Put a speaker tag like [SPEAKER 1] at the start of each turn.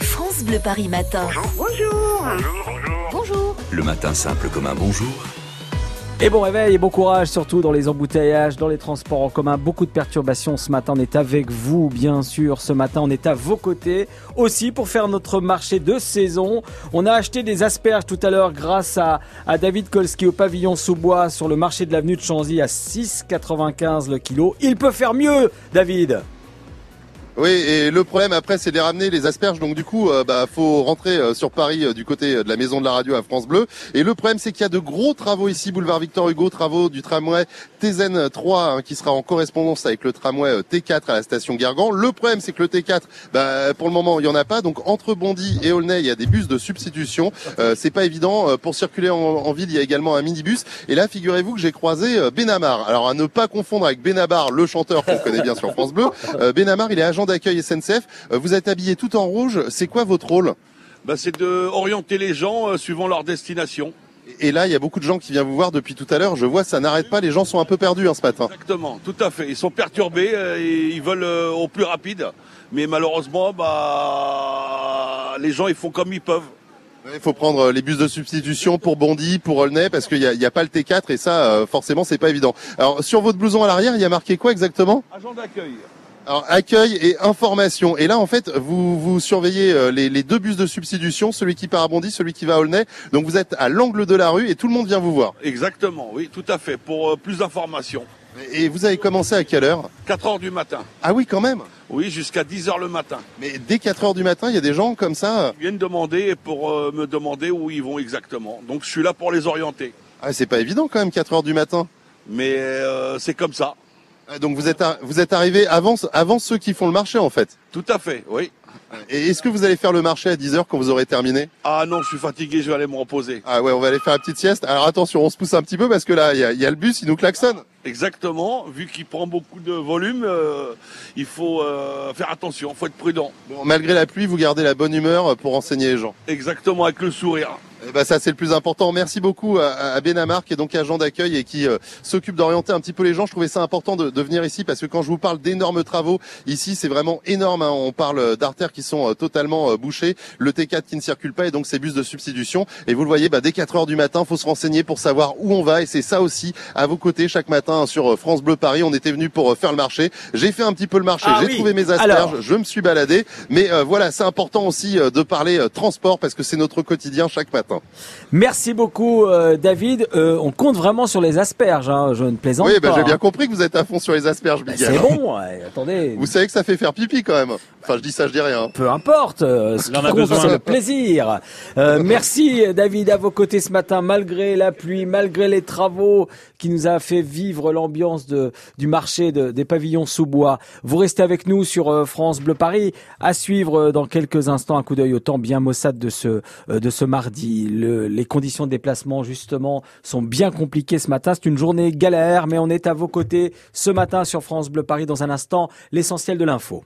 [SPEAKER 1] France Bleu Paris Matin.
[SPEAKER 2] Bonjour.
[SPEAKER 1] Bonjour.
[SPEAKER 3] Le matin simple comme un bonjour.
[SPEAKER 4] Et bon réveil et bon courage surtout dans les embouteillages, dans les transports en commun. Beaucoup de perturbations ce matin. On est avec vous, bien sûr. Ce matin, on est à vos côtés aussi pour faire notre marché de saison. On a acheté des asperges tout à l'heure grâce à, à David Kolski au pavillon sous-bois sur le marché de l'avenue de Chanzy à 6,95 le kilo. Il peut faire mieux, David.
[SPEAKER 5] Oui, et le problème après, c'est de les ramener les asperges. Donc du coup, euh, bah, faut rentrer euh, sur Paris euh, du côté de la maison de la radio à France Bleu. Et le problème, c'est qu'il y a de gros travaux ici, boulevard Victor Hugo, travaux du tramway Tézen 3 hein, qui sera en correspondance avec le tramway T4 à la station Gargan. Le problème, c'est que le T4, bah, pour le moment, il y en a pas. Donc entre Bondy et Aulnay, il y a des bus de substitution. Euh, c'est pas évident pour circuler en, en, ville. Il y a également un minibus. Et là, figurez-vous que j'ai croisé euh, Benamar. Alors à ne pas confondre avec Benabar, le chanteur qu'on connaît bien sur France Bleu. euh, Benamar, il est agent d'accueil SNCF. Euh, Vous êtes habillé tout en rouge. C'est quoi votre rôle
[SPEAKER 6] bah, C'est d'orienter les gens euh, suivant leur destination.
[SPEAKER 5] Et là, il y a beaucoup de gens qui viennent vous voir depuis tout à l'heure. Je vois, ça n'arrête pas. Les gens sont un peu perdus hein, ce matin.
[SPEAKER 6] Exactement, tout à fait. Ils sont perturbés. Euh, et ils veulent euh, au plus rapide. Mais malheureusement, bah, les gens, ils font comme ils peuvent.
[SPEAKER 5] Il faut prendre euh, les bus de substitution pour Bondy, pour Aulnay, parce qu'il n'y a, y a, pas le T4 et ça, euh, forcément, c'est pas évident. Alors, sur votre blouson à l'arrière, il y a marqué quoi exactement
[SPEAKER 6] Agent d'accueil.
[SPEAKER 5] Alors, accueil et information. Et là, en fait, vous, vous surveillez euh, les, les, deux bus de substitution, celui qui part à Bondy, celui qui va à Aulnay. Donc, vous êtes à l'angle de la rue et tout le monde vient vous voir.
[SPEAKER 6] Exactement, oui, tout à fait, pour euh, plus d'informations.
[SPEAKER 5] Et vous avez commencé à quelle heure
[SPEAKER 6] 4 heures du matin.
[SPEAKER 5] Ah oui, quand même
[SPEAKER 6] Oui, jusqu'à 10 heures le matin.
[SPEAKER 5] Mais dès 4 heures du matin, il y a des gens comme ça euh,
[SPEAKER 6] Ils viennent demander pour euh, me demander où ils vont exactement. Donc, je suis là pour les orienter.
[SPEAKER 5] Ah, c'est pas évident quand même, 4 heures du matin. Euh,
[SPEAKER 6] Mais euh, c'est comme ça.
[SPEAKER 5] Donc vous êtes vous êtes arrivé avant avant ceux qui font le marché en fait.
[SPEAKER 6] Tout à fait, oui.
[SPEAKER 5] Et est-ce que vous allez faire le marché à 10h quand vous aurez terminé
[SPEAKER 6] Ah non, je suis fatigué, je vais aller me reposer.
[SPEAKER 5] Ah ouais, on va aller faire la petite sieste. Alors attention, on se pousse un petit peu parce que là, il y a, y a, le bus, il nous klaxonne.
[SPEAKER 6] Exactement, vu qu'il prend beaucoup de volume, euh, il faut euh, faire attention, faut être prudent.
[SPEAKER 5] Bon, malgré la pluie, vous gardez la bonne humeur pour enseigner les gens.
[SPEAKER 6] Exactement, avec le sourire.
[SPEAKER 5] Eh ben ça c'est le plus important. Merci beaucoup à, Benamar qui est donc agent d'accueil et qui euh, s'occupe d'orienter un petit peu les gens. Je trouvais ça important de, de, venir ici parce que quand je vous parle d'énormes travaux, ici c'est vraiment énorme. Hein. On parle d'artères qui sont euh, totalement euh, bouchées, le T4 qui ne circule pas et donc ces bus de substitution. Et vous le voyez, bah, dès 4 heures du matin, faut se renseigner pour savoir où on va. Et c'est ça aussi à vos côtés chaque matin hein, sur euh, France Bleu Paris. On était venu pour euh, faire le marché. J'ai fait un petit peu le marché,
[SPEAKER 4] ah
[SPEAKER 5] j'ai
[SPEAKER 4] oui.
[SPEAKER 5] trouvé mes asperges,
[SPEAKER 4] Alors...
[SPEAKER 5] je me suis baladé. Mais euh, voilà, c'est important aussi euh, de parler transport parce que c'est notre quotidien chaque matin.
[SPEAKER 4] Merci beaucoup euh, David. Euh, on compte vraiment sur les asperges, hein. je ne plaisante
[SPEAKER 5] oui,
[SPEAKER 4] bah,
[SPEAKER 5] j'ai bien hein. compris que vous êtes à fond sur les asperges,
[SPEAKER 4] bah,
[SPEAKER 5] Miguel. hein.
[SPEAKER 4] c'est bon, ouais, attendez.
[SPEAKER 5] Vous savez que ça fait faire pipi quand même. Enfin, je dis ça, je dis rien.
[SPEAKER 4] Peu importe, euh, ce qui compte, c'est le plaisir. Euh, merci David à vos côtés ce matin, malgré la pluie, malgré les travaux qui nous a fait vivre l'ambiance de, du marché de, des pavillons sous bois. Vous restez avec nous sur euh, France Bleu Paris. À suivre euh, dans quelques instants un coup d'œil au temps bien maussade de ce, euh, de ce mardi. Le, les conditions de déplacement justement sont bien compliquées ce matin. C'est une journée galère, mais on est à vos côtés ce matin sur France Bleu Paris dans un instant. L'essentiel de l'info.